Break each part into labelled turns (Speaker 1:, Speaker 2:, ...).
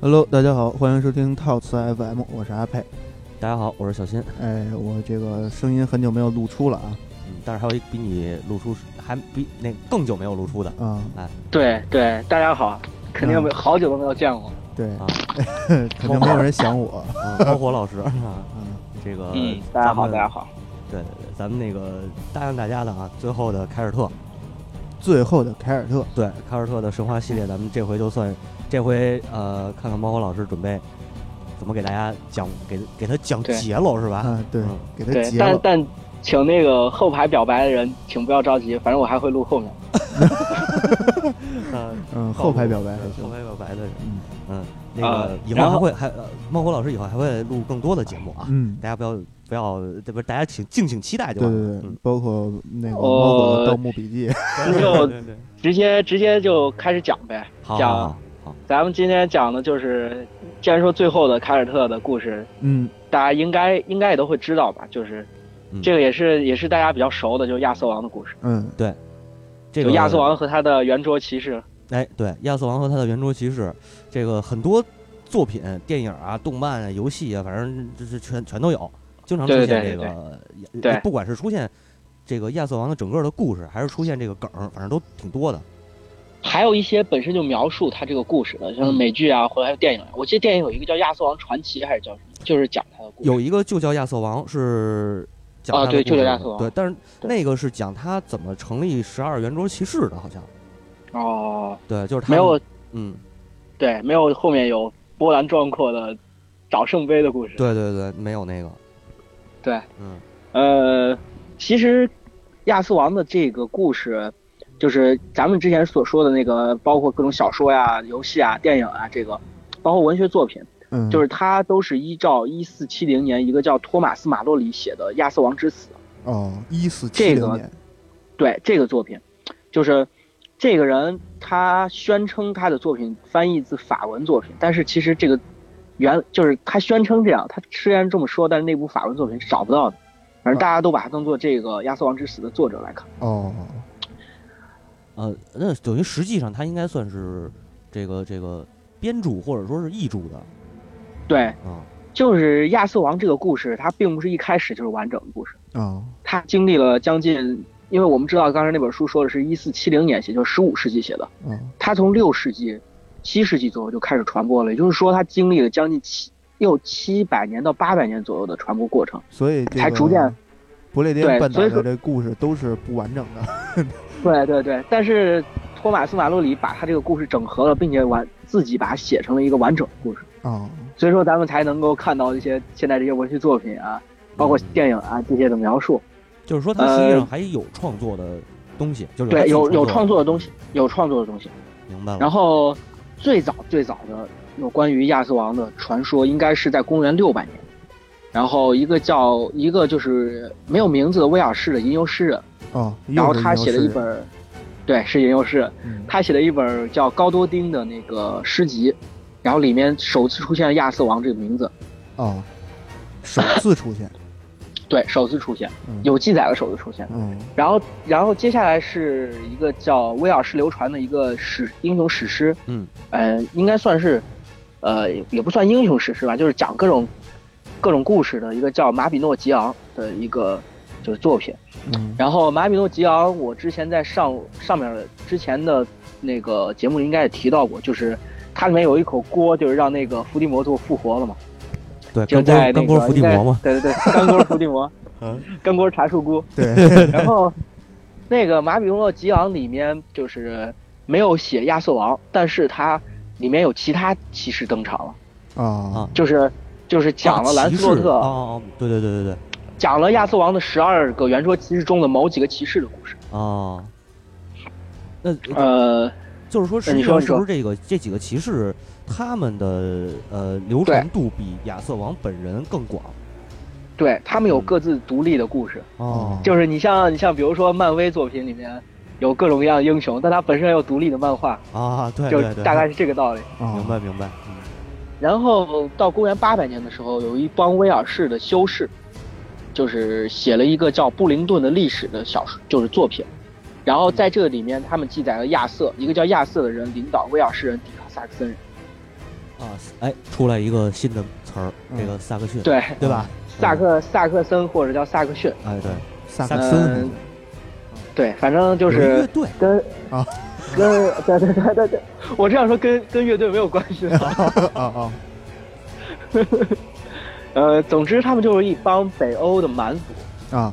Speaker 1: Hello，大家好，欢迎收听 Talks FM，我是阿佩。
Speaker 2: 大家好，我是小新。
Speaker 1: 哎，我这个声音很久没有露出了啊
Speaker 2: 嗯，但是还有一比你露出还比那更久没有露出的
Speaker 1: 啊、
Speaker 3: 对对，大家好，肯定
Speaker 2: 嗯
Speaker 3: 没好久都没有见过。
Speaker 1: 对，
Speaker 2: 啊，
Speaker 1: 肯定没有人想我啊、
Speaker 2: 嗯 包火老师啊，这个
Speaker 3: 嗯，大家好，
Speaker 2: 咱们
Speaker 3: 大家好。
Speaker 2: 对对对，咱们那个答应大家的啊，最后的凯尔特，
Speaker 1: 最后的凯尔特，
Speaker 2: 对凯尔特的神话系列，咱们这回就算这回呃，看看包火老师准备怎么给大家讲，给给他讲
Speaker 3: 对
Speaker 2: 结喽是吧？
Speaker 1: 啊，对
Speaker 2: 嗯，
Speaker 1: 给他
Speaker 3: 对，
Speaker 1: 截
Speaker 3: 但
Speaker 1: 了。
Speaker 3: 但请那个后排表白的人，请不要着急，反正我还会录后面。
Speaker 2: 嗯，
Speaker 1: 嗯，后排表白还
Speaker 2: 后
Speaker 1: 行。
Speaker 2: 排表白的人，
Speaker 1: 嗯
Speaker 2: 嗯，那
Speaker 3: 啊
Speaker 2: 个以后
Speaker 3: 然
Speaker 2: 还
Speaker 3: 后
Speaker 2: 会还呃猫火老师以后还会录更多的节目啊，
Speaker 1: 嗯，
Speaker 2: 大家不要不要，这不是大家请敬请期待就
Speaker 1: 对
Speaker 2: 完
Speaker 1: 对
Speaker 2: 了。
Speaker 1: 对，
Speaker 2: 嗯
Speaker 1: 包括那个
Speaker 3: 哦
Speaker 1: 猫狗的《盗墓笔记》
Speaker 3: 那就
Speaker 2: 对对，
Speaker 3: 直接直接就开始讲呗。
Speaker 2: 好
Speaker 3: 讲
Speaker 2: 好好，
Speaker 3: 咱们今天讲的就是，既然说最后的凯尔特的故事，
Speaker 1: 嗯
Speaker 3: 大家应该应该也都会知道吧？就是
Speaker 2: 嗯
Speaker 3: 这个也是也是大家比较熟的，就是亚瑟王的故事，
Speaker 1: 嗯
Speaker 2: 这个
Speaker 3: 就亚瑟，王和他的圆桌骑士。
Speaker 2: 哎，对，亚瑟王和他的圆桌骑士，这个很多作品、电影啊、动漫啊、游戏啊，反正这这全全都有，经常出
Speaker 3: 对
Speaker 2: 现
Speaker 3: 对
Speaker 2: 这
Speaker 3: 对
Speaker 2: 个，也
Speaker 3: 对
Speaker 2: 不管是出现这个亚瑟王的整个的故事，还是出现这个梗儿，反正都挺多的。
Speaker 3: 还有一些本身就描述他这个故事的，
Speaker 2: 嗯
Speaker 3: 像美剧啊，或者还有电影。我记得电影有一个叫《亚瑟王传奇》，还是叫什么，就是讲他的故事。
Speaker 2: 有一个就叫亚瑟王，是讲他
Speaker 3: 啊
Speaker 2: 的
Speaker 3: 对
Speaker 2: 故
Speaker 3: 就
Speaker 2: 事
Speaker 3: 叫亚
Speaker 2: 的
Speaker 3: 瑟王
Speaker 2: 对，但是
Speaker 3: 对
Speaker 2: 那个是讲他怎么成立十二圆桌骑士的，好像
Speaker 3: 哦，
Speaker 2: 对，就是他
Speaker 3: 没
Speaker 2: 们
Speaker 3: 有
Speaker 2: 嗯，
Speaker 3: 对，没有后面有波澜壮阔的找圣杯的故事。
Speaker 2: 对对对，没有那个，
Speaker 3: 对，
Speaker 2: 嗯
Speaker 3: 呃，其实亚瑟王的这个故事，就是咱们之前所说的那个，包括各种小说呀、游戏啊、电影啊，这个，包括文学作品，
Speaker 1: 嗯，
Speaker 3: 就是它都是依照一四七零年一个叫托马斯马洛里写的《亚瑟王之死》
Speaker 1: 哦，一四七
Speaker 3: 这
Speaker 1: 零
Speaker 3: 个
Speaker 1: 年，
Speaker 3: 对这个作品，就是这个人他宣称他的作品翻译自法文作品，但是其实这个原就是他宣称这样，他虽然这么说，但是那部法文作品是找不到的。反正大家都把他当做这个《亚瑟王之死》的作者来看。
Speaker 1: 哦，
Speaker 2: 呃，那等于实际上他应该算是这个这个编著或者说是译著的
Speaker 3: 对，
Speaker 2: 啊，
Speaker 3: 就是亚瑟王这个故事，它并不是一开始就是完整的故事，
Speaker 1: 哦，
Speaker 3: 它经历了将近，因为我们知道刚才那本书说的是一四七零年写，就是十五世纪写的，
Speaker 1: 哦，
Speaker 3: 它从六世纪、七世纪左右就开始传播了，也就是说，它经历了将近七又七百年到八百年左右的传播过程。
Speaker 1: 所以这个
Speaker 3: 才逐渐
Speaker 1: 不列颠
Speaker 3: 对
Speaker 1: 半岛
Speaker 3: 所以说
Speaker 1: 的这故事都是不完整的。
Speaker 3: 对对对，但是托马斯马洛里把他这个故事整合了，并且完自己把它写成了一个完整的故事，
Speaker 1: 哦，
Speaker 3: 所以说咱们才能够看到一些现在这些文学作品啊，包括电影啊这些的描述。
Speaker 2: 就是说他实际
Speaker 3: 呃
Speaker 2: 上还有创作的东西，就是他
Speaker 3: 对，
Speaker 2: 自己
Speaker 3: 有有创
Speaker 2: 作
Speaker 3: 作的东西，有创作的东西。
Speaker 2: 的，明
Speaker 1: 啊
Speaker 2: 白了。嗯
Speaker 3: 然
Speaker 2: 后
Speaker 3: 后最早最早的有关于亚瑟王的传说，应该是在公元六百年。然后一个叫一个就是没有名字的威尔士的吟游诗人，
Speaker 1: 哦，
Speaker 3: 然后
Speaker 1: 又是
Speaker 3: 他
Speaker 1: 吟游
Speaker 3: 写了
Speaker 1: 诗
Speaker 3: 一
Speaker 1: 人，
Speaker 3: 本，对，是吟游诗人，
Speaker 1: 嗯
Speaker 3: 他写了一本叫《高多丁》的那个诗集，然后里面首次出现了亚瑟王这个名字，
Speaker 1: 哦，首次出现，
Speaker 3: 对，首次出现
Speaker 1: 嗯，
Speaker 3: 有记载的首次出现。
Speaker 1: 嗯
Speaker 3: 然后，然后接下来是一个叫威尔士流传的一个史英雄史诗，
Speaker 2: 嗯，
Speaker 3: 呃，应该算是，呃，也也不算英雄史诗吧，就是讲各种各种故事的一个叫马比诺吉昂的一个就是作品。
Speaker 1: 嗯，
Speaker 3: 然后马比诺吉昂，我之前在上上面的之前的那个节目应该也提到过，就是它里面有一口锅，就是让那个伏地魔最后复活了嘛，
Speaker 2: 对，
Speaker 3: 就
Speaker 2: 干锅
Speaker 3: 在那
Speaker 2: 干锅
Speaker 3: 个
Speaker 2: 伏地魔嘛，，
Speaker 3: 应该对对对，干锅伏地魔，
Speaker 2: 嗯，
Speaker 3: 干锅茶树菇。
Speaker 1: 对，
Speaker 3: 然后那个马比诺吉昂里面就是没有写亚瑟王，但是它里面有其他骑士登场了，
Speaker 1: 啊
Speaker 2: 啊，
Speaker 3: 就是就是讲了兰斯洛特，
Speaker 2: 哦哦，对对对对对，
Speaker 3: 讲了亚瑟王的十二个圆桌骑士中的某几个骑士的故事。
Speaker 2: 哦。那呃
Speaker 3: 呃，
Speaker 2: 就是说，实
Speaker 3: 你
Speaker 2: 际
Speaker 3: 说
Speaker 2: 上
Speaker 3: 你
Speaker 2: 是不
Speaker 3: 说
Speaker 2: 是这个这几个骑士他们的呃流传度比亚瑟王本人更广？
Speaker 3: 对他们有各自独立的故事，
Speaker 2: 哦，
Speaker 3: 就是你像你像比如说漫威作品里面有各种各样的英雄，但他本身有独立的漫画，
Speaker 2: 啊，对
Speaker 3: 就
Speaker 2: 对对，
Speaker 3: 大概是这个道理。
Speaker 1: 啊，
Speaker 2: 明白明白，嗯
Speaker 3: 然后到公元八百年的时候，有一帮威尔士的修士，就是写了一个叫《布灵顿的历史》的小说，就是作品。然后在这个里面，他们记载了亚瑟，一个叫亚瑟的人领导威尔士人抵抗萨克森人。
Speaker 2: 啊，哎，出来一个新的词儿，
Speaker 1: 嗯
Speaker 2: 这个萨克逊，
Speaker 3: 对，嗯
Speaker 2: 对吧？
Speaker 3: 萨克萨克森或者叫萨克逊，
Speaker 2: 哎，对，
Speaker 1: 萨克
Speaker 2: 萨克
Speaker 1: 森还是
Speaker 3: 嗯，对，反正
Speaker 2: 有
Speaker 3: 就
Speaker 2: 一乐
Speaker 3: 是
Speaker 2: 队，
Speaker 3: 跟
Speaker 1: 啊
Speaker 3: 跟对对对对对，我这样说跟跟乐队没有关系 的。
Speaker 1: 啊啊，
Speaker 3: 呃，总之他们就是一帮北欧的蛮族，
Speaker 1: 啊，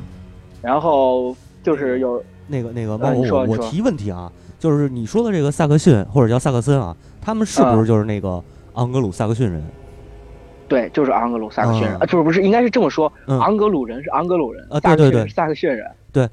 Speaker 3: 然后就是有
Speaker 2: 那个那个，
Speaker 3: 嗯
Speaker 2: 猫
Speaker 3: 你
Speaker 2: 我
Speaker 3: 说
Speaker 2: 我
Speaker 3: 你
Speaker 2: 我
Speaker 3: 说
Speaker 2: 提问题啊，就是你说的这个萨克逊或者叫萨克森啊，他们是
Speaker 3: 嗯
Speaker 2: 不是就是那个盎格鲁撒克逊人？
Speaker 3: 对，就是盎格鲁撒克逊人
Speaker 2: 嗯
Speaker 3: 啊，就是不是应该是这么说，
Speaker 2: 嗯
Speaker 3: 盎格鲁人是盎格鲁人
Speaker 2: 啊，对
Speaker 3: 萨克
Speaker 2: 对
Speaker 3: 逊人
Speaker 2: 对
Speaker 3: 是萨克逊人，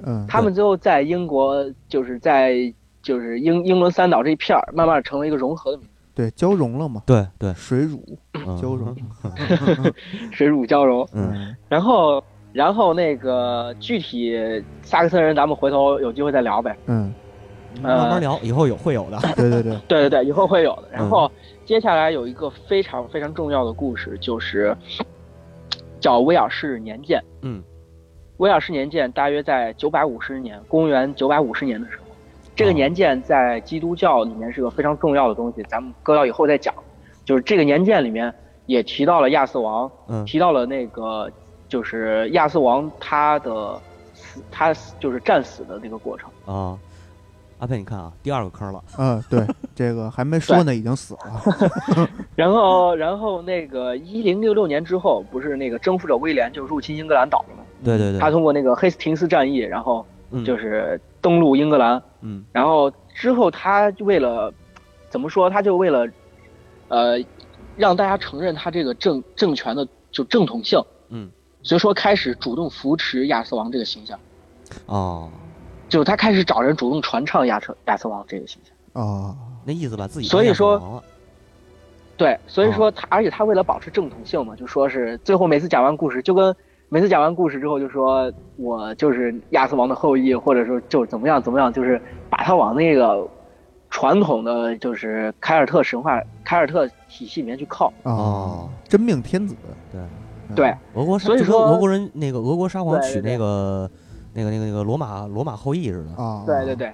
Speaker 1: 嗯，
Speaker 3: 他们最后在英国就是在就是英英伦三岛这一片儿，慢慢成了一个融合的民
Speaker 1: 对，交融了嘛，
Speaker 2: 对对，
Speaker 1: 水乳
Speaker 2: 嗯
Speaker 1: 交融，
Speaker 3: 族，水乳交融。
Speaker 2: 嗯，
Speaker 3: 然后然后那个具体萨克森人，咱们回头有机会再聊呗。
Speaker 1: 嗯，
Speaker 2: 慢慢聊，以后有会有的。
Speaker 1: 对对对，
Speaker 3: 对对对，以后会有的。
Speaker 2: 嗯
Speaker 3: 然后接下来有一个非常非常重要的故事，就是叫威尔士年鉴。
Speaker 2: 嗯，
Speaker 3: 威尔士年鉴大约在九百五十年，公元九百五十年的时候，这个
Speaker 2: 哦
Speaker 3: 年鉴在基督教里面是个非常重要的东西，咱们搁到以后再讲。就是这个年鉴里面也提到了亚瑟王，
Speaker 2: 嗯
Speaker 3: 提到了那个就是亚瑟王他的死，他就是战死的那个过程。
Speaker 2: 啊，阿佩，你看啊，第二个坑了。
Speaker 1: 嗯，对，这个还没说呢，已经死了，
Speaker 3: 然后，然后那个一零六六年之后，不是那个征服者威廉就入侵英格兰岛了吗？
Speaker 2: 对对
Speaker 3: 他
Speaker 2: 对，
Speaker 3: 通过那个黑斯廷斯战役，然后
Speaker 2: 嗯
Speaker 3: 就是登陆英格兰。
Speaker 2: 嗯
Speaker 3: 然后之后，他就为了怎么说？他就为了呃让大家承认他这个政政权的就正统性，
Speaker 2: 嗯，
Speaker 3: 所以说开始主动扶持亚瑟王这个形象，
Speaker 2: 哦，
Speaker 3: 就是他开始找人主动传唱亚瑟亚瑟王这个形象。
Speaker 1: 啊，
Speaker 2: 那意思把自己
Speaker 3: 所以
Speaker 2: 当亚瑟
Speaker 3: 说
Speaker 2: 王了
Speaker 3: 对，所以
Speaker 2: 哦
Speaker 3: 说他，而且他为了保持正统性嘛，就说是最后每次讲完故事，就跟每次讲完故事之后就说我就是亚瑟王的后裔，或者说就怎么样怎么样，就是把他往那个传统的就是凯尔特神话、凯尔特体系里面去靠。
Speaker 1: 啊
Speaker 2: 哦，，
Speaker 1: 真命天子，
Speaker 2: 对，
Speaker 1: 嗯
Speaker 3: 对，
Speaker 2: 俄国沙
Speaker 3: 所以
Speaker 2: 就跟
Speaker 3: 说
Speaker 2: 俄国人那个俄国沙皇
Speaker 3: 对
Speaker 2: 娶
Speaker 3: 对
Speaker 2: 那个那个那个那个罗马罗马后裔似的。
Speaker 1: 啊，
Speaker 3: 对对对，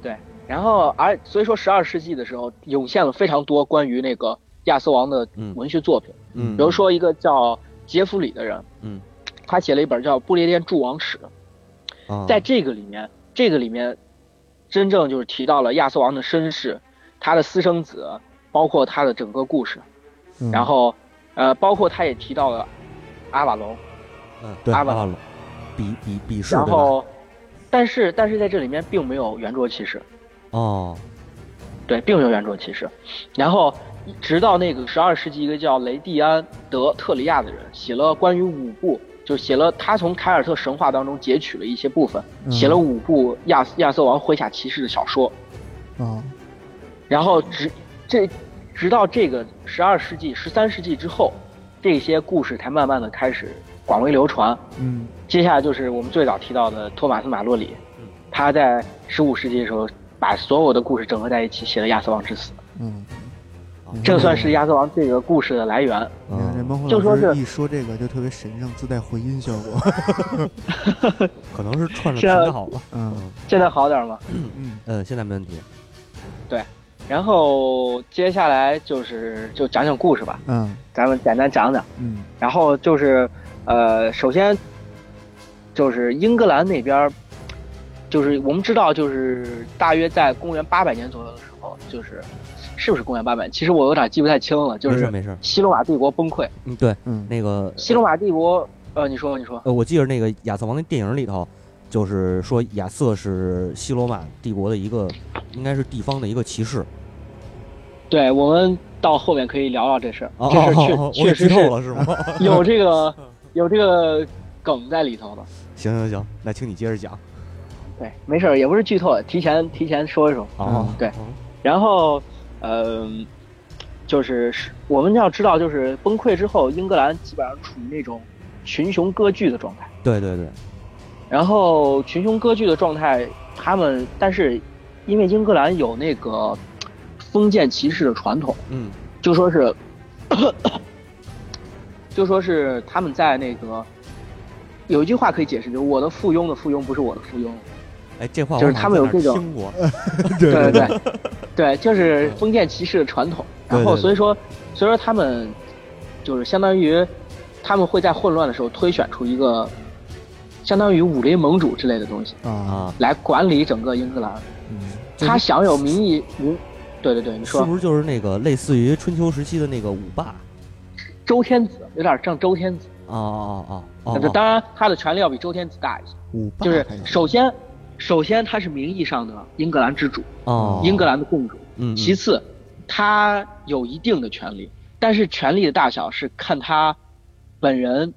Speaker 3: 对。然后而所以说，十二世纪的时候涌现了非常多关于那个亚瑟王的
Speaker 2: 嗯
Speaker 3: 文学作品，
Speaker 2: 嗯，
Speaker 3: 比如说一个叫杰弗里的人，
Speaker 2: 嗯，
Speaker 3: 他写了一本叫《不列颠诸王史》。
Speaker 2: 啊
Speaker 3: 在这个里面，这个里面真正就是提到了亚瑟王的身世，他的私生子，包括他的整个故事，
Speaker 1: 嗯，
Speaker 3: 然后呃，包括他也提到了阿瓦隆，
Speaker 2: 嗯对
Speaker 3: 阿
Speaker 2: 阿
Speaker 3: 瓦
Speaker 2: 瓦隆，比比比试
Speaker 3: 然
Speaker 2: 对吧？
Speaker 3: 后，但是但是在这里面并没有圆桌骑士，
Speaker 2: 哦，
Speaker 3: 对，并没有圆桌骑士，然后。直到那个十二世纪，一个叫雷蒂安·德特里亚的人写了关于五部，就写了他从凯尔特神话当中截取了一些部分，
Speaker 1: 嗯
Speaker 3: 写了五部亚亚瑟王麾下骑士的小说。
Speaker 1: 啊，
Speaker 3: 然后直这直到这个十二世纪、十三世纪之后，这些故事才慢慢的开始广为流传。
Speaker 1: 嗯
Speaker 3: 接下来就是我们最早提到的托马斯·马洛里
Speaker 2: 嗯，
Speaker 3: 他在十五世纪的时候把所有的故事整合在一起，写了《亚瑟王之死》，
Speaker 1: 嗯，
Speaker 2: 啊
Speaker 1: 嗯
Speaker 3: 这算是亚瑟王这个故事的来源。
Speaker 1: 你看这
Speaker 2: 嗯
Speaker 1: 孟获
Speaker 3: 就说
Speaker 1: 老师
Speaker 3: 是
Speaker 1: 一说这个就特别神圣，自带回音效果，
Speaker 2: 可能是串着
Speaker 3: 这
Speaker 2: 频道了。
Speaker 1: 嗯
Speaker 3: 现在好点儿吗？
Speaker 1: 嗯
Speaker 2: 嗯，现在没问题。
Speaker 3: 然后接下来就是就讲讲故事吧，
Speaker 1: 嗯
Speaker 3: 咱们简单讲讲。
Speaker 1: 嗯
Speaker 3: 然后就是，呃，首先就是英格兰那边儿，就是我们知道，就是大约在公元八百年左右的时候，就是是不是公元八百？其实我有点记不太清了。就
Speaker 2: 没事
Speaker 3: 是
Speaker 2: 没事，
Speaker 3: 西罗马帝国崩溃，
Speaker 2: 嗯，对，
Speaker 1: 嗯，
Speaker 2: 那个
Speaker 3: 西罗马帝国，呃，你说你说，
Speaker 2: 呃，我记得那个亚瑟王那电影里头，就是说亚瑟是西罗马帝国的一个，应该是地方的一个骑士。
Speaker 3: 对我们到后面可以聊聊这事儿，
Speaker 2: 哦
Speaker 3: 这事
Speaker 2: 哦
Speaker 3: 儿
Speaker 2: 哦，
Speaker 3: 确
Speaker 2: 我给剧
Speaker 3: 确实
Speaker 2: 透
Speaker 3: 是
Speaker 2: 了是吗？
Speaker 3: 有这个 有这个梗在里头的。
Speaker 2: 行行行，那请你接着讲。
Speaker 3: 对，没事儿，也不是剧透，提前提前说一说。
Speaker 2: 哦
Speaker 1: 嗯，
Speaker 3: 对然后，嗯、就是是我们要知道，就是崩溃之后，英格兰基本上处于那种群雄割据的状态。
Speaker 2: 对对对，
Speaker 3: 然后群雄割据的状态，他们但是因为英格兰有那个封建骑士的传统，
Speaker 2: 嗯
Speaker 3: 就说是， 就说是他们在那个有一句话可以解释，就是我的附庸的附庸不是我的附庸，
Speaker 2: 哎，这话我
Speaker 3: 就是
Speaker 2: 好
Speaker 3: 他
Speaker 2: 像在
Speaker 3: 们
Speaker 2: 哪儿
Speaker 3: 有这种
Speaker 2: 听 过。
Speaker 1: 对
Speaker 3: 对对对，对，就是封建骑士的传统。然后
Speaker 2: 对对对
Speaker 3: 所以说，所以说他们就是相当于他们会在混乱的时候推选出一个相当于武林盟主之类的东西
Speaker 1: 啊，
Speaker 2: 啊，
Speaker 3: 来管理整个英格兰，
Speaker 1: 嗯，
Speaker 2: 就是
Speaker 3: 他享有民意民，对对对，你
Speaker 2: 是
Speaker 3: 说
Speaker 2: 不是就是那个类似于春秋时期的那个五霸？
Speaker 3: 周天子有点像周天子，
Speaker 2: 哦哦哦哦
Speaker 3: 但是
Speaker 2: 哦，
Speaker 3: 当然他的权力要比周天子大一些，
Speaker 1: 五霸
Speaker 3: 就是
Speaker 1: 还有
Speaker 3: 首先首先他是名义上的英格兰之主，
Speaker 2: 哦，
Speaker 3: 英格兰的共主，
Speaker 2: 嗯，嗯，
Speaker 3: 其次，他有一定的权利，但是权利的大小是看他本人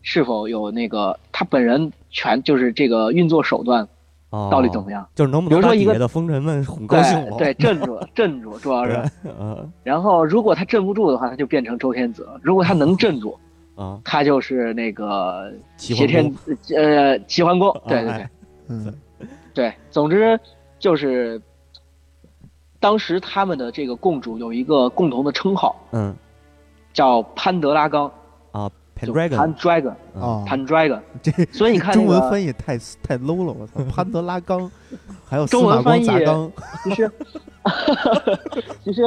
Speaker 3: 是否有那个他本人权，就是这个运作手段到底怎么
Speaker 2: 样？
Speaker 3: 样。
Speaker 2: 哦就是能不
Speaker 3: 比
Speaker 2: 能
Speaker 3: 如说
Speaker 2: 把
Speaker 3: 一
Speaker 2: 底
Speaker 3: 个
Speaker 2: 下的风尘们哄高兴了？
Speaker 3: 对对，镇 住，镇住，主要是。
Speaker 2: 对，嗯
Speaker 3: 然后，如果他镇不住的话，他就变成周天子了；如果他能镇住，
Speaker 2: 啊，
Speaker 3: 他就是那个
Speaker 2: 齐桓
Speaker 3: 挟天呃齐桓公。对对对
Speaker 2: 哎
Speaker 1: 嗯
Speaker 3: 对，总之就是当时他们的这个共主有一个共同的称号，
Speaker 2: 嗯
Speaker 3: 叫潘德拉冈，
Speaker 2: 啊
Speaker 3: 就潘
Speaker 2: ，Pendragon，
Speaker 3: Dragon，
Speaker 2: 嗯
Speaker 1: 啊，
Speaker 3: 潘 Dragon。
Speaker 1: 这
Speaker 3: 所以你看、那个，
Speaker 1: 中文翻译太太 low 了，我 操！潘德拉冈，还有司
Speaker 3: 中文
Speaker 1: 马光
Speaker 3: 翻译
Speaker 1: 砸缸，
Speaker 3: 其实，其实，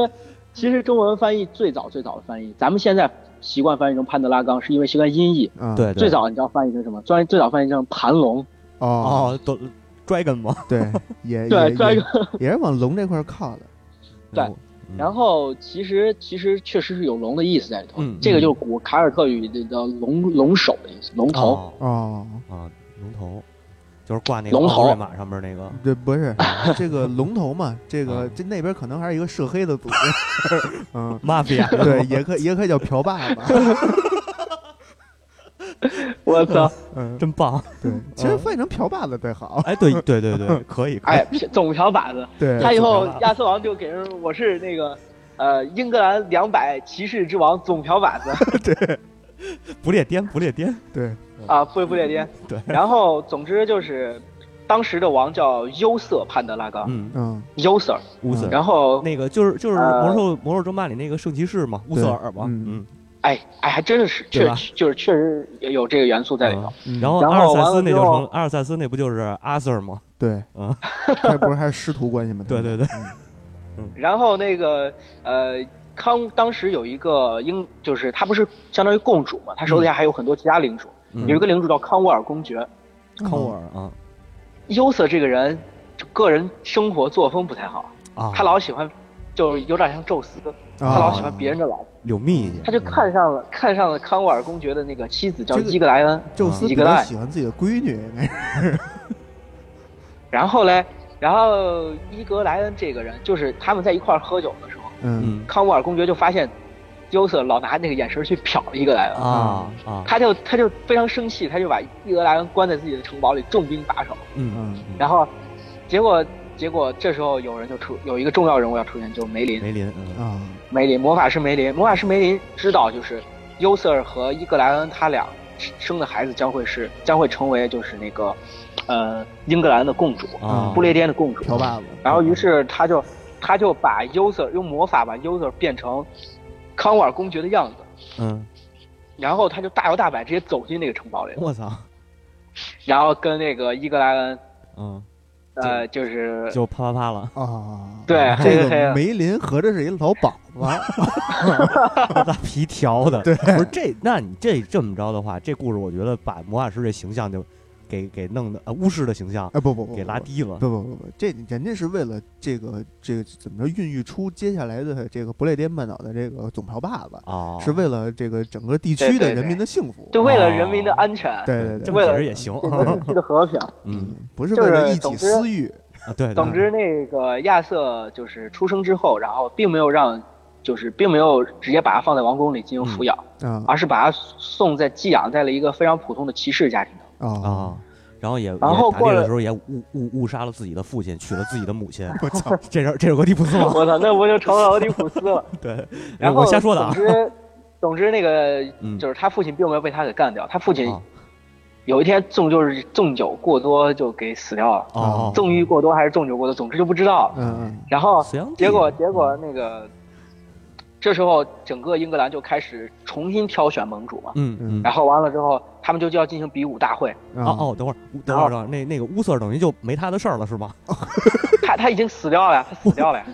Speaker 3: 其实中文翻译最早最早的翻译，咱们现在习惯翻译成潘德拉冈，是因为习惯音译。
Speaker 1: 啊，
Speaker 2: 对对，
Speaker 3: 最早你知道翻译成什么？最最早翻译成盘龙，
Speaker 1: 哦，
Speaker 3: 啊
Speaker 2: 哦，都 Dragon 吗？
Speaker 1: 对，也
Speaker 3: 对
Speaker 1: 也
Speaker 3: Dragon
Speaker 1: 也也是往龙这块儿靠的，
Speaker 3: 对
Speaker 2: 嗯，
Speaker 3: 然后其实其实确实是有龙的意思在里头，
Speaker 2: 嗯
Speaker 3: 这个就是古凯尔特语的龙龙首的意思，龙头。
Speaker 2: 哦
Speaker 1: 哦，
Speaker 2: 啊，龙头，就是挂那个
Speaker 3: 龙
Speaker 2: 奥
Speaker 3: 头
Speaker 2: 瑞马上面那 个
Speaker 1: 这不是这个龙头嘛？这个这那边可能还是一个涉黑的组 织，嗯，
Speaker 2: mafia，
Speaker 1: 对，也可也可以叫嫖霸 吧，
Speaker 3: 我操！
Speaker 1: 嗯，
Speaker 2: 真棒！
Speaker 1: 对，其实翻译成嫖霸的最好，
Speaker 2: 哎，对对对对， 可以，可以
Speaker 3: 哎，总瓢把子，
Speaker 1: 对，
Speaker 3: 他以后
Speaker 2: 总瓢把子
Speaker 3: 亚瑟王就给人我是那个。呃，英格兰两百骑士之王总瓢把子，
Speaker 2: 不列颠，不列颠，
Speaker 1: 对，
Speaker 3: 啊，不不列颠。
Speaker 2: 对
Speaker 3: 然后总之就是，当时的王叫优瑟潘德拉冈，
Speaker 2: 嗯，
Speaker 1: 嗯，
Speaker 3: 优瑟。
Speaker 2: 乌瑟尔，
Speaker 3: 然后，
Speaker 2: 那个就是就是
Speaker 3: 呃
Speaker 2: 魔兽魔兽争霸里那个圣骑士嘛，乌瑟尔嘛，
Speaker 1: 嗯
Speaker 2: 嗯，
Speaker 3: 哎哎，还真的是
Speaker 2: 对
Speaker 3: 确
Speaker 2: 吧
Speaker 3: 就是确实有这个元素在里头。
Speaker 2: 啊然后
Speaker 3: 然
Speaker 2: 阿尔
Speaker 3: 后
Speaker 2: 萨
Speaker 3: 完了
Speaker 2: 斯那
Speaker 3: 之
Speaker 2: 就
Speaker 3: 后
Speaker 2: 成阿尔萨斯那不就是阿 Sir 吗？
Speaker 1: 对，
Speaker 2: 啊，
Speaker 1: 这不是还是师徒关系吗？嗯
Speaker 2: 对对对，
Speaker 3: 然后那个呃，康当时有一个英，就是他不是相当于共主嘛，他手底下还有很多其他领主，
Speaker 2: 嗯
Speaker 3: 有一个领主叫康沃尔公爵。
Speaker 1: 嗯，
Speaker 2: 康沃尔啊
Speaker 3: 优瑟这个人，个人生活作风不太好，
Speaker 2: 啊，
Speaker 3: 他老喜欢，就是有点像宙斯，
Speaker 2: 哦
Speaker 3: 他
Speaker 1: 啊
Speaker 3: 老喜欢别人的老婆。
Speaker 2: 有秘去，
Speaker 3: 他就看上了看上了康沃尔公爵的那个妻子叫伊格莱恩，
Speaker 1: 宙斯比
Speaker 3: 伊格
Speaker 1: 较
Speaker 3: 莱
Speaker 1: 喜欢自己的闺女，应该是
Speaker 3: 然后嘞，然后伊格莱恩这个人，就是他们在一块儿喝酒的时候，
Speaker 1: 嗯，
Speaker 2: 嗯
Speaker 3: 康沃尔公爵就发现优瑟老拿那个眼神去瞟伊格莱恩，
Speaker 2: 啊啊，
Speaker 3: 他就他就非常生气，他就把伊格莱恩关在自己的城堡里重兵把守，
Speaker 2: 嗯
Speaker 1: 嗯，
Speaker 3: 然后结果。结果这时候有人就出有一个重要人物要出现，就是梅林。
Speaker 2: 梅林，嗯
Speaker 1: 啊，
Speaker 3: 梅林魔法师梅林，魔法师梅林知道就是优瑟尔和伊格莱恩他俩生的孩子将会是将会成为就是那个，呃，英格兰的共主，
Speaker 2: 啊，
Speaker 3: 不列颠的共主。
Speaker 1: 嫖霸子，
Speaker 3: 然后于是他就他就把优瑟用魔法把优瑟变成康沃尔公爵的样子，
Speaker 2: 嗯，
Speaker 3: 然后他就大摇大摆直接走进那个城堡里了，
Speaker 2: 我操，
Speaker 3: 然后跟那个伊格莱恩，
Speaker 2: 嗯，
Speaker 3: 呃，就是
Speaker 2: 就啪啪啪了，
Speaker 1: 啊，
Speaker 3: 对黑
Speaker 1: 这
Speaker 3: 的
Speaker 1: 个
Speaker 3: 黑的
Speaker 1: 梅林合着是一老鸨 子，
Speaker 2: 大皮条的，
Speaker 1: 对，
Speaker 2: 不是这，那你这这么着的话，这故事我觉得把魔法师这形象就给给弄的，呃，巫师的形象
Speaker 1: 哎，不不不，
Speaker 2: 给拉
Speaker 1: 不。
Speaker 2: 低了。
Speaker 1: 不不不不，这人家是为了这个这个怎么着孕育出接下来的这个不列颠半岛的这个总瓢把子，
Speaker 2: 哦，
Speaker 1: 是为了这个整个地区
Speaker 3: 对对
Speaker 1: 的人
Speaker 3: 对
Speaker 1: 民的幸福。
Speaker 3: 就为了人民的安全，
Speaker 1: 对对
Speaker 2: 这
Speaker 1: 对，
Speaker 2: 么
Speaker 3: 为了
Speaker 2: 解释也 行，
Speaker 3: 这个地区的和平。
Speaker 2: 嗯，
Speaker 1: 不是
Speaker 3: 就
Speaker 1: 为了
Speaker 3: 是
Speaker 1: 一己
Speaker 3: 总之
Speaker 1: 私欲。
Speaker 2: 啊，对，对
Speaker 3: 总之，那个亚瑟就是出生之后，然后并没有让，就是并没有直接把他放在王宫里
Speaker 2: 嗯
Speaker 3: 进行抚养，
Speaker 1: 啊
Speaker 3: 而是把他送在寄养在了一个非常普通的骑士家庭 中。
Speaker 1: 啊！
Speaker 2: 啊，然后也
Speaker 3: 然后
Speaker 2: 也打
Speaker 3: 过
Speaker 2: 猎的
Speaker 3: 了
Speaker 2: 时候也误误误杀了自己的父亲，娶了自己的母 亲，
Speaker 1: 我操！
Speaker 2: 这是这是俄狄浦斯吗？
Speaker 3: 我操，那不就成了俄狄浦斯了？
Speaker 2: 对，
Speaker 3: 然后
Speaker 2: 哎我瞎说的啊
Speaker 3: 总， 之，总之那个
Speaker 2: 嗯
Speaker 3: 就是他父亲并没有被他给干掉，他父亲
Speaker 2: 啊
Speaker 3: 有一天纵就是纵酒过多就给死掉了，
Speaker 2: 哦，
Speaker 3: 纵欲过多还是纵酒过多，总之就不知道了。
Speaker 1: 嗯
Speaker 3: 然后
Speaker 2: 隋炀帝
Speaker 3: 结果结果那个，这时候整个英格兰就开始重新挑选盟主嘛。
Speaker 2: 嗯嗯，
Speaker 3: 然后完了之后，他们就就要进行比武大会。
Speaker 1: 嗯
Speaker 2: 哦哦，等会儿等会儿等会儿，那那个乌瑟尔等于就没他的事儿了是吗？
Speaker 3: 他他已经死掉了呀，他死掉了呀。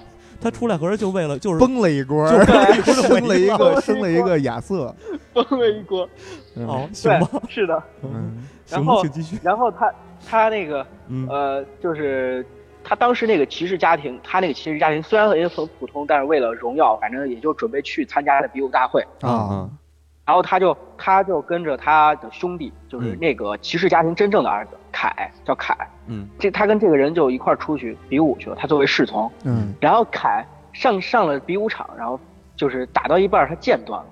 Speaker 2: 他出来合着就为了就是
Speaker 1: 崩了一锅儿，
Speaker 3: 对，
Speaker 1: 生了一个生了一个亚瑟。
Speaker 3: 崩了一锅。
Speaker 1: 嗯
Speaker 2: 哦，行
Speaker 3: 对
Speaker 2: 吧，，
Speaker 3: 是的。
Speaker 1: 嗯，
Speaker 2: 行
Speaker 3: 然
Speaker 2: 吧，
Speaker 3: 后
Speaker 2: 请继续。
Speaker 3: 然后他他那个
Speaker 2: 嗯，
Speaker 3: 呃，就是他当时那个骑士家庭，他那个骑士家庭虽然也很普通，但是为了荣耀，反正也就准备去参加了比武大会。
Speaker 2: 啊
Speaker 1: 啊
Speaker 2: 啊，
Speaker 3: 然后他就他就跟着他的兄弟，就是
Speaker 2: 嗯
Speaker 3: 那个骑士家庭真正的儿子凯，叫凯。
Speaker 2: 嗯
Speaker 3: 这他跟这个人就一块儿出去比武去了，他作为侍从。
Speaker 1: 嗯
Speaker 3: 然后凯上上了比武场，然后就是打到一半儿他剑断了，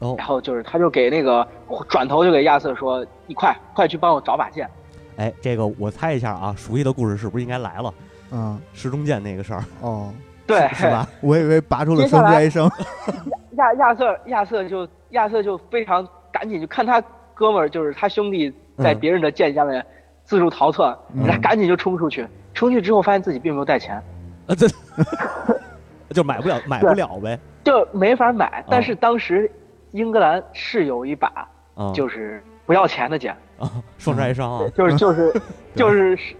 Speaker 2: 哦
Speaker 3: 然后就是他就给那个转头就给亚瑟说：“你快快去帮我找把剑。
Speaker 2: 哎，这个我猜一下啊，熟悉的故事是不是应该来了？
Speaker 3: 嗯
Speaker 1: 啊
Speaker 2: 石中剑那个事儿”
Speaker 1: 哦，
Speaker 3: 对，
Speaker 2: 是吧？
Speaker 1: 我以为拔出了
Speaker 3: 接
Speaker 1: 双
Speaker 3: 下
Speaker 1: 子
Speaker 3: 来
Speaker 1: 癌生。
Speaker 3: 亚亚瑟亚瑟就亚瑟就非常赶紧就看他哥们儿就是他兄弟在
Speaker 2: 嗯
Speaker 3: 别人的剑下面自助逃窜，
Speaker 1: 嗯
Speaker 3: 他赶紧就冲出去，冲出去之后发现自己并没有带钱，
Speaker 2: 啊，这 就买不了，买不了呗。
Speaker 3: 就没法
Speaker 2: 哦
Speaker 3: 买。但是当时英格兰是有一把
Speaker 2: 啊，
Speaker 3: 就是不要 钱的剑，
Speaker 2: 啊，双宅商啊，
Speaker 3: 就是就是就是时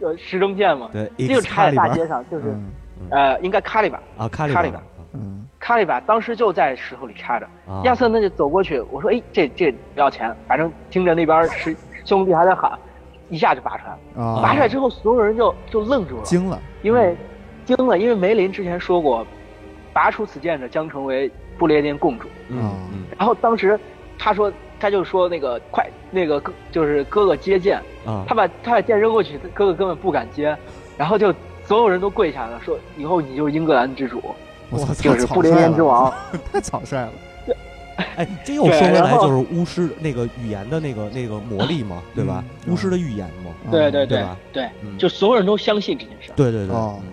Speaker 3: 呃时钟剑嘛，
Speaker 2: 对，
Speaker 3: 那就插在大
Speaker 2: Excalibur
Speaker 3: 街上，就是、
Speaker 1: 嗯
Speaker 3: 呃应该卡里巴
Speaker 2: 啊，卡里
Speaker 3: 卡里
Speaker 2: 边
Speaker 1: 嗯
Speaker 3: 卡里巴，当时就在石头里插着。
Speaker 2: 啊，
Speaker 3: 嗯亚瑟那就走过去，我说：“哎，这这不要钱。”反正听着那边是兄弟还在喊，一下就拔出来了。拔
Speaker 1: 啊
Speaker 3: 出，来之后，所有人就就愣住了，
Speaker 1: 惊了。
Speaker 3: 因为惊了，因为梅林之前说过，拔出此剑者将成为不列颠共主。
Speaker 1: 啊
Speaker 2: 嗯
Speaker 3: 然后当时他说，他就说那个快，那个哥就是哥哥接剑，
Speaker 2: 嗯啊
Speaker 3: 他，把他把剑扔过去，哥哥根本不敢接，然后就所有人都跪下了，说：“以后你就是英格兰之主，
Speaker 1: 我操，
Speaker 3: 就
Speaker 1: 太
Speaker 3: 是
Speaker 1: 草
Speaker 3: 不列
Speaker 1: 率
Speaker 3: 颠
Speaker 1: 了
Speaker 3: 之王。”
Speaker 1: 太草率了。
Speaker 2: 哎，这又说
Speaker 3: 对
Speaker 2: 回
Speaker 3: 然
Speaker 2: 来
Speaker 3: 后
Speaker 2: 就是巫师那个语言的那个那个魔力嘛，对吧？
Speaker 1: 嗯
Speaker 2: 巫师的预言嘛，
Speaker 1: 啊
Speaker 3: 对对
Speaker 2: 嗯对
Speaker 3: 对
Speaker 2: 吧
Speaker 3: 对
Speaker 2: 嗯，
Speaker 3: 嗯就所有人都相信这件事儿。
Speaker 2: 对对对，
Speaker 1: 哦
Speaker 2: 嗯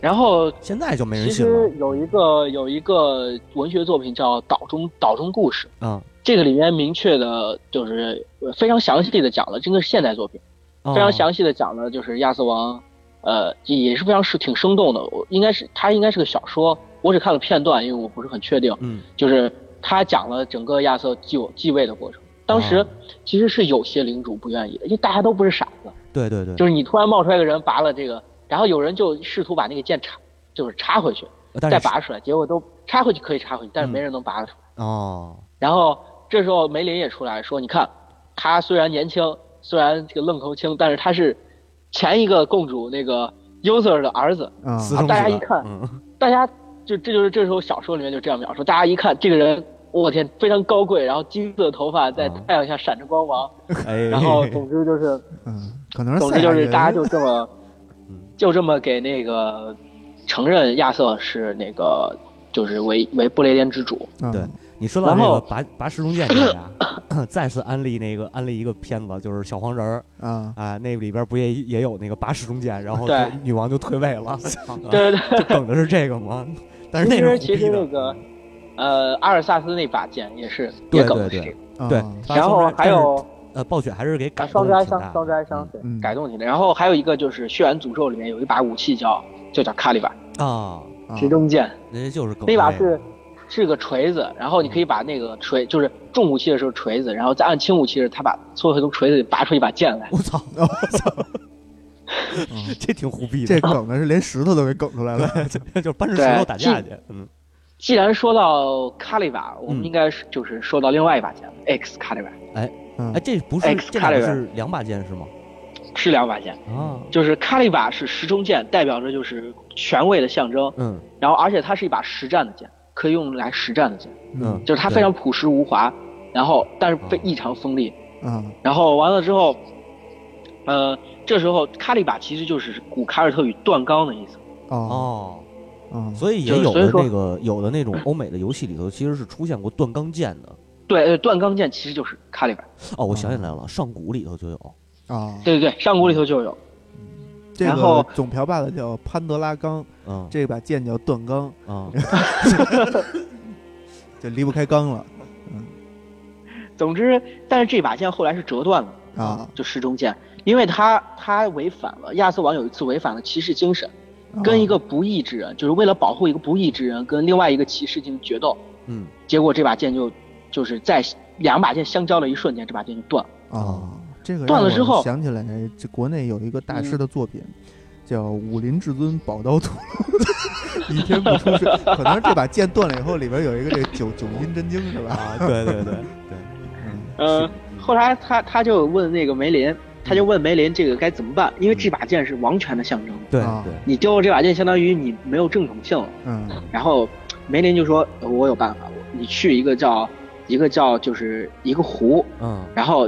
Speaker 3: 然后
Speaker 2: 现在就没人
Speaker 3: 其
Speaker 2: 信了
Speaker 3: 实有一个有一个文学作品叫《岛中岛中故事》，
Speaker 2: 啊，
Speaker 3: 这个里面明确的就是呃非常详细的讲了，这个是现代作品，
Speaker 2: 非
Speaker 3: 非常详细的讲了就是亚瑟王，呃，也也是非常是挺生动的。我应该是它应该是个小说，我只看了片段，因为我不是很确定。
Speaker 2: 嗯
Speaker 3: 就是他讲了整个亚瑟继我继位的过程。当时
Speaker 2: 哦
Speaker 3: 其实是有些领主不愿意的，因为大家都不是傻子，
Speaker 2: 对对对，
Speaker 3: 就是你突然冒出来一个人拔了这个，然后有人就试图把那个剑插，就是插回去，
Speaker 2: 但
Speaker 3: 再
Speaker 2: 是嗯
Speaker 3: 拔出来，结果都插回去可以插回去，但是没人能拔得出来。
Speaker 2: 哦，
Speaker 3: 然后这时候梅林也出来说：“你看，他虽然年轻，虽然这个愣头青，但是他是前一个共主那个 user 的儿子。
Speaker 1: 啊
Speaker 2: 私生子
Speaker 3: 嗯大家一看
Speaker 2: 嗯”
Speaker 3: 大家就这就是这时候小说里面就这样描述，大家一看这个人，我天，非常高贵，然后金色的头发在
Speaker 2: 嗯
Speaker 3: 太阳下闪着光芒，
Speaker 2: 哎，
Speaker 3: 然后总之就是
Speaker 1: 嗯，可能是
Speaker 3: 总
Speaker 1: 赛
Speaker 3: 之就
Speaker 1: 亚
Speaker 3: 是
Speaker 1: 人
Speaker 3: 大家就这么
Speaker 2: 嗯，
Speaker 3: 就这么给那个承认亚瑟是那个就是为为不列颠之主。
Speaker 1: 嗯
Speaker 2: 对你说到这
Speaker 3: 然
Speaker 2: 个
Speaker 3: 后
Speaker 2: 拔拔石中剑这个呀，再次安利那个安利一个片子，就是小黄人儿
Speaker 1: 啊，
Speaker 2: 啊，那里边不也也有那个拔石中剑，然后
Speaker 3: 对
Speaker 2: 就女王就退位了，啊
Speaker 3: 对对
Speaker 2: 就梗的是这个 吗？但是
Speaker 3: 对，
Speaker 2: 那是胡
Speaker 3: 其实其
Speaker 2: 逼
Speaker 3: 实
Speaker 2: 的
Speaker 3: 那个呃阿尔萨斯那把剑也是
Speaker 2: 对
Speaker 3: 也梗的
Speaker 2: 对
Speaker 3: 是
Speaker 2: 对
Speaker 3: 这个，
Speaker 2: 对
Speaker 1: 啊，
Speaker 2: 拔
Speaker 3: 然
Speaker 2: 双
Speaker 3: 后
Speaker 2: 摘
Speaker 3: 还有
Speaker 2: 呃暴雪还是给
Speaker 3: 啊
Speaker 2: 改
Speaker 3: 双
Speaker 2: 动
Speaker 3: 摘
Speaker 2: 了挺
Speaker 3: 伤
Speaker 2: 大
Speaker 3: 双
Speaker 2: 的
Speaker 3: 摘伤对
Speaker 1: 嗯
Speaker 3: 改动挺大，然后还有一个就是血缘诅咒里面有一把武器叫就叫卡里巴
Speaker 2: 啊，
Speaker 1: 啊
Speaker 3: 石中剑，
Speaker 2: 人家就是梗
Speaker 3: 那把
Speaker 2: 这个
Speaker 3: 是是个锤子，然后你可以把那个锤，就是重武器的时候锤子，然后再按轻武器的时候，他把从从锤子里拔出一把剑来。
Speaker 2: 我操，
Speaker 1: 我操，
Speaker 2: 这挺胡逼的
Speaker 1: 这，梗的是连石头都给梗出来了。
Speaker 2: 这 就是搬着石头打架去，嗯
Speaker 3: 既然说到卡里瓦，我
Speaker 2: 嗯
Speaker 3: 们应该是就是说到另外一把剑了，X 卡里瓦
Speaker 1: 嗯
Speaker 2: 哎，，这不是这两个是两把剑是吗？
Speaker 3: 是两把剑，
Speaker 2: 啊，
Speaker 3: 就是卡里瓦是时钟剑，代表着就是权位的象征，
Speaker 2: 嗯
Speaker 3: 然后而且它是一把实战的剑，可以用来实战的剑，
Speaker 2: 嗯，
Speaker 3: 就是它
Speaker 2: 对
Speaker 3: 非常朴实无华，然后但是非
Speaker 2: 哦
Speaker 3: 异常锋利，
Speaker 1: 嗯
Speaker 3: 然后完了之后，呃，这时候卡里巴其实就是古凯尔特语断钢的意思。
Speaker 1: 哦
Speaker 2: 哦，
Speaker 1: 嗯
Speaker 2: 所以也
Speaker 3: 就是
Speaker 2: 有
Speaker 3: 所以
Speaker 2: 的
Speaker 3: 说
Speaker 2: 那个有的那种欧美的游戏里头其实是出现过断钢剑的。
Speaker 3: 对，呃，断钢剑其实就是卡里巴。
Speaker 2: 哦，我想起来了，上古里头就有。
Speaker 1: 啊，
Speaker 3: 对对对，上古里头就有。
Speaker 1: 这
Speaker 3: 然
Speaker 1: 个
Speaker 3: 后
Speaker 1: 总瓢把子叫潘德拉冈，
Speaker 2: 嗯
Speaker 1: 这把剑叫断钢，
Speaker 2: 啊，
Speaker 1: 就离不开钢了
Speaker 3: 总之，但是这把剑后来是折断了，
Speaker 1: 啊。
Speaker 3: 就石中剑，因为他他违反了亚瑟王有一次违反了骑士精神，
Speaker 1: 啊哦
Speaker 3: 跟一个不义之人，就是为了保护一个不义之人，跟另外一个骑士进行决斗，
Speaker 2: 嗯
Speaker 3: 结果这把剑就就是在两把剑相交的一瞬间，这把剑就断了。
Speaker 1: 啊，这个
Speaker 3: 断了
Speaker 1: 让
Speaker 3: 之
Speaker 1: 我
Speaker 3: 后嗯
Speaker 1: 想起来，这国内有一个大师的作品。叫《武林至尊宝刀图》， 一天不出水，可能是这把剑断了以后，里边有一个这九九阴真经是吧？
Speaker 2: 啊，对对对对，
Speaker 3: 呃，后来他他就问那个梅林，他就问梅林这个该怎么办，因为这把剑是王权的象征嘛，
Speaker 2: 对
Speaker 1: 啊
Speaker 2: 对，
Speaker 3: 你丢了这把剑，相当于你没有正统性了。
Speaker 1: 嗯
Speaker 3: 然后梅林就说：“呃我有办法，我你去一个叫一个叫就是一个湖，
Speaker 2: 嗯
Speaker 3: 然后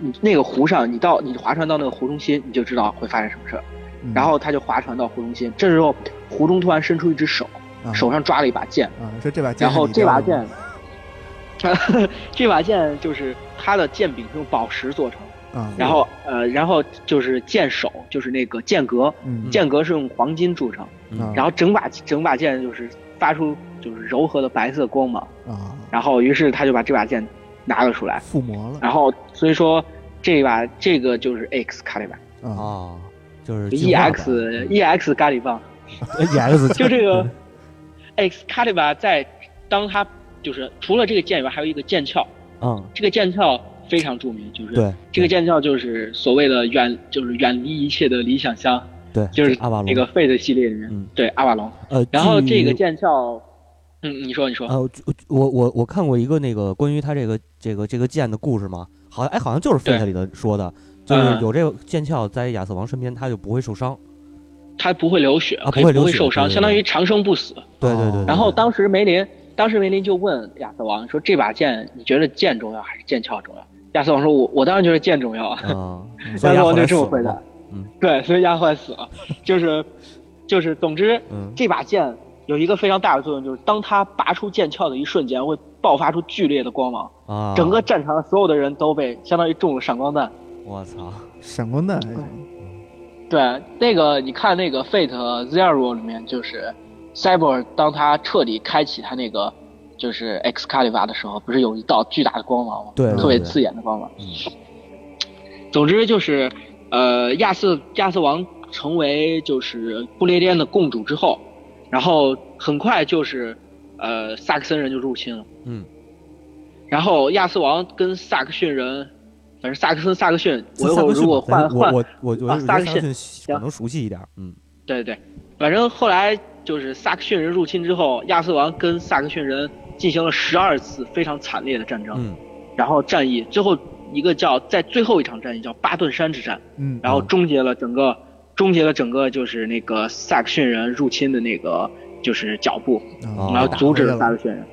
Speaker 3: 你那个湖上，你到你划船到那个湖中心，你就知道会发生什么事儿。”
Speaker 1: 嗯，
Speaker 3: 然后他就划船到湖中心，这时候湖中突然伸出一只手，
Speaker 1: 啊
Speaker 3: 手上抓了一把剑，
Speaker 1: 啊，说这把剑
Speaker 3: 然
Speaker 1: 是
Speaker 3: 后
Speaker 1: 你
Speaker 3: 这
Speaker 1: 掉
Speaker 3: 把
Speaker 1: 的
Speaker 3: 剑
Speaker 1: 吗，
Speaker 3: 这把剑 就是它的剑柄是用宝石做成的，
Speaker 1: 啊，
Speaker 3: 然后呃，然后就是剑首，就是那个剑格，
Speaker 1: 嗯
Speaker 3: 剑格是用黄金铸成，
Speaker 2: 嗯
Speaker 1: 啊
Speaker 3: 然后整把整把剑就是发出就是柔和的白色光芒，
Speaker 1: 啊，
Speaker 3: 然后于是他就把这把剑拿了出来，
Speaker 1: 附魔了
Speaker 3: 然后所以说这把这个就是 X 卡里巴，
Speaker 1: 啊，
Speaker 2: 哦，就是
Speaker 3: 就
Speaker 2: 进化版嗯 E
Speaker 3: EX EX 咖喱棒，
Speaker 2: EX
Speaker 3: 就
Speaker 2: 嗯
Speaker 3: 这个 X 卡里巴在当他就是除了这个剑以外，还有一个剑鞘，
Speaker 2: 嗯
Speaker 3: 这个剑鞘非常著名，就是
Speaker 2: 对
Speaker 3: 这个剑鞘就是所谓的远，就是远离一切的理想乡，
Speaker 2: 对
Speaker 3: 就是
Speaker 2: 阿瓦隆
Speaker 3: 那个 Fate 系列里面，
Speaker 2: 嗯
Speaker 3: 对阿瓦隆。
Speaker 2: 呃，
Speaker 3: 然后
Speaker 2: 据
Speaker 3: 这个剑鞘，嗯，你说你说，
Speaker 2: 呃，我我我我看过一个那个关于他这个这个这个剑的故事嘛，好像哎好像就是《
Speaker 3: 对
Speaker 2: Fate》里的说的，就是
Speaker 3: 嗯
Speaker 2: 有这个剑鞘在亚瑟王身边，他就不会受伤。
Speaker 3: 它不会流血，
Speaker 2: 啊
Speaker 3: 可以
Speaker 2: 不会流
Speaker 3: 会
Speaker 2: 血
Speaker 3: 受伤，
Speaker 2: 对对
Speaker 3: 相当
Speaker 2: 对
Speaker 3: 于长生不死。
Speaker 2: 对对对对
Speaker 1: 哦
Speaker 2: 对。
Speaker 3: 然后当时梅林，当时梅林就问亚瑟王说：“这把剑，你觉得剑重要还是剑鞘重要？”亚瑟王说：“我我当然觉得剑重要啊。”
Speaker 2: 啊， 嗯所以
Speaker 3: 亚瑟
Speaker 2: 亚
Speaker 3: 王
Speaker 2: 后
Speaker 3: 就
Speaker 2: 来死
Speaker 3: 这么
Speaker 2: 了
Speaker 3: 回答
Speaker 2: 嘛。。嗯，
Speaker 3: 对，所以亚瑟死了，就是就是，总之
Speaker 2: 嗯
Speaker 3: 这把剑有一个非常大的作用，就是当他拔出剑鞘的一瞬间，会爆发出剧烈的光芒，
Speaker 2: 啊，
Speaker 3: 整个战场上所有的人都被相当于中了闪光弹。
Speaker 2: 我操，
Speaker 1: 闪光弹，
Speaker 3: 对，那个你看那个 Fate Zero 里面，就是 Cyber 当他彻底开启他那个就是 Excalibur 的时候，不是有一道巨大的光芒吗？
Speaker 2: 对，
Speaker 1: 嗯
Speaker 2: 对
Speaker 3: 特别
Speaker 2: 对
Speaker 3: 刺眼的光芒。
Speaker 2: 嗯
Speaker 3: 总之就是，呃，亚瑟亚瑟王成为就是不列颠的共主之后，然后很快就是，呃，萨克森人就入侵了。
Speaker 2: 嗯，
Speaker 3: 然后亚瑟王跟萨克逊人，反正萨克森萨克逊， 我一
Speaker 2: 萨
Speaker 3: 会
Speaker 2: 克
Speaker 3: 儿
Speaker 2: 逊
Speaker 3: 如果
Speaker 2: 吧咱
Speaker 3: 换换，
Speaker 2: 我我我觉得
Speaker 3: 啊
Speaker 2: 我觉
Speaker 3: 萨
Speaker 2: 得
Speaker 3: 克
Speaker 2: 萨
Speaker 3: 逊
Speaker 2: 克逊可能熟悉一点儿，嗯
Speaker 3: 对对，反正后来就是萨克逊人入侵之后，亚瑟王跟萨克逊人进行了十二次非常惨烈的战争，
Speaker 2: 嗯
Speaker 3: 然后战役最后一个叫在最后一场战役叫巴顿山之战。
Speaker 1: 嗯，
Speaker 3: 然后终结了整个，终结了整个就是那个萨克逊人入侵的那个就是脚步，
Speaker 1: 啊
Speaker 2: 哦
Speaker 3: 然后阻止了
Speaker 1: 他
Speaker 3: 萨克逊人，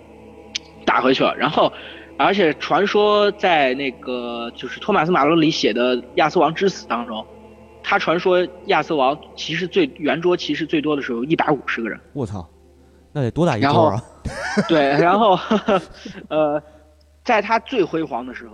Speaker 3: 打回去了。然后，而且传说在那个就是托马斯马洛里写的《亚瑟王之死》当中，他传说亚瑟王骑士最圆桌骑士最多的时候一百五十个人，
Speaker 2: 我操，那得多大一
Speaker 3: 然
Speaker 2: 桌啊！
Speaker 3: 对，然后，呃，在他最辉煌的时候。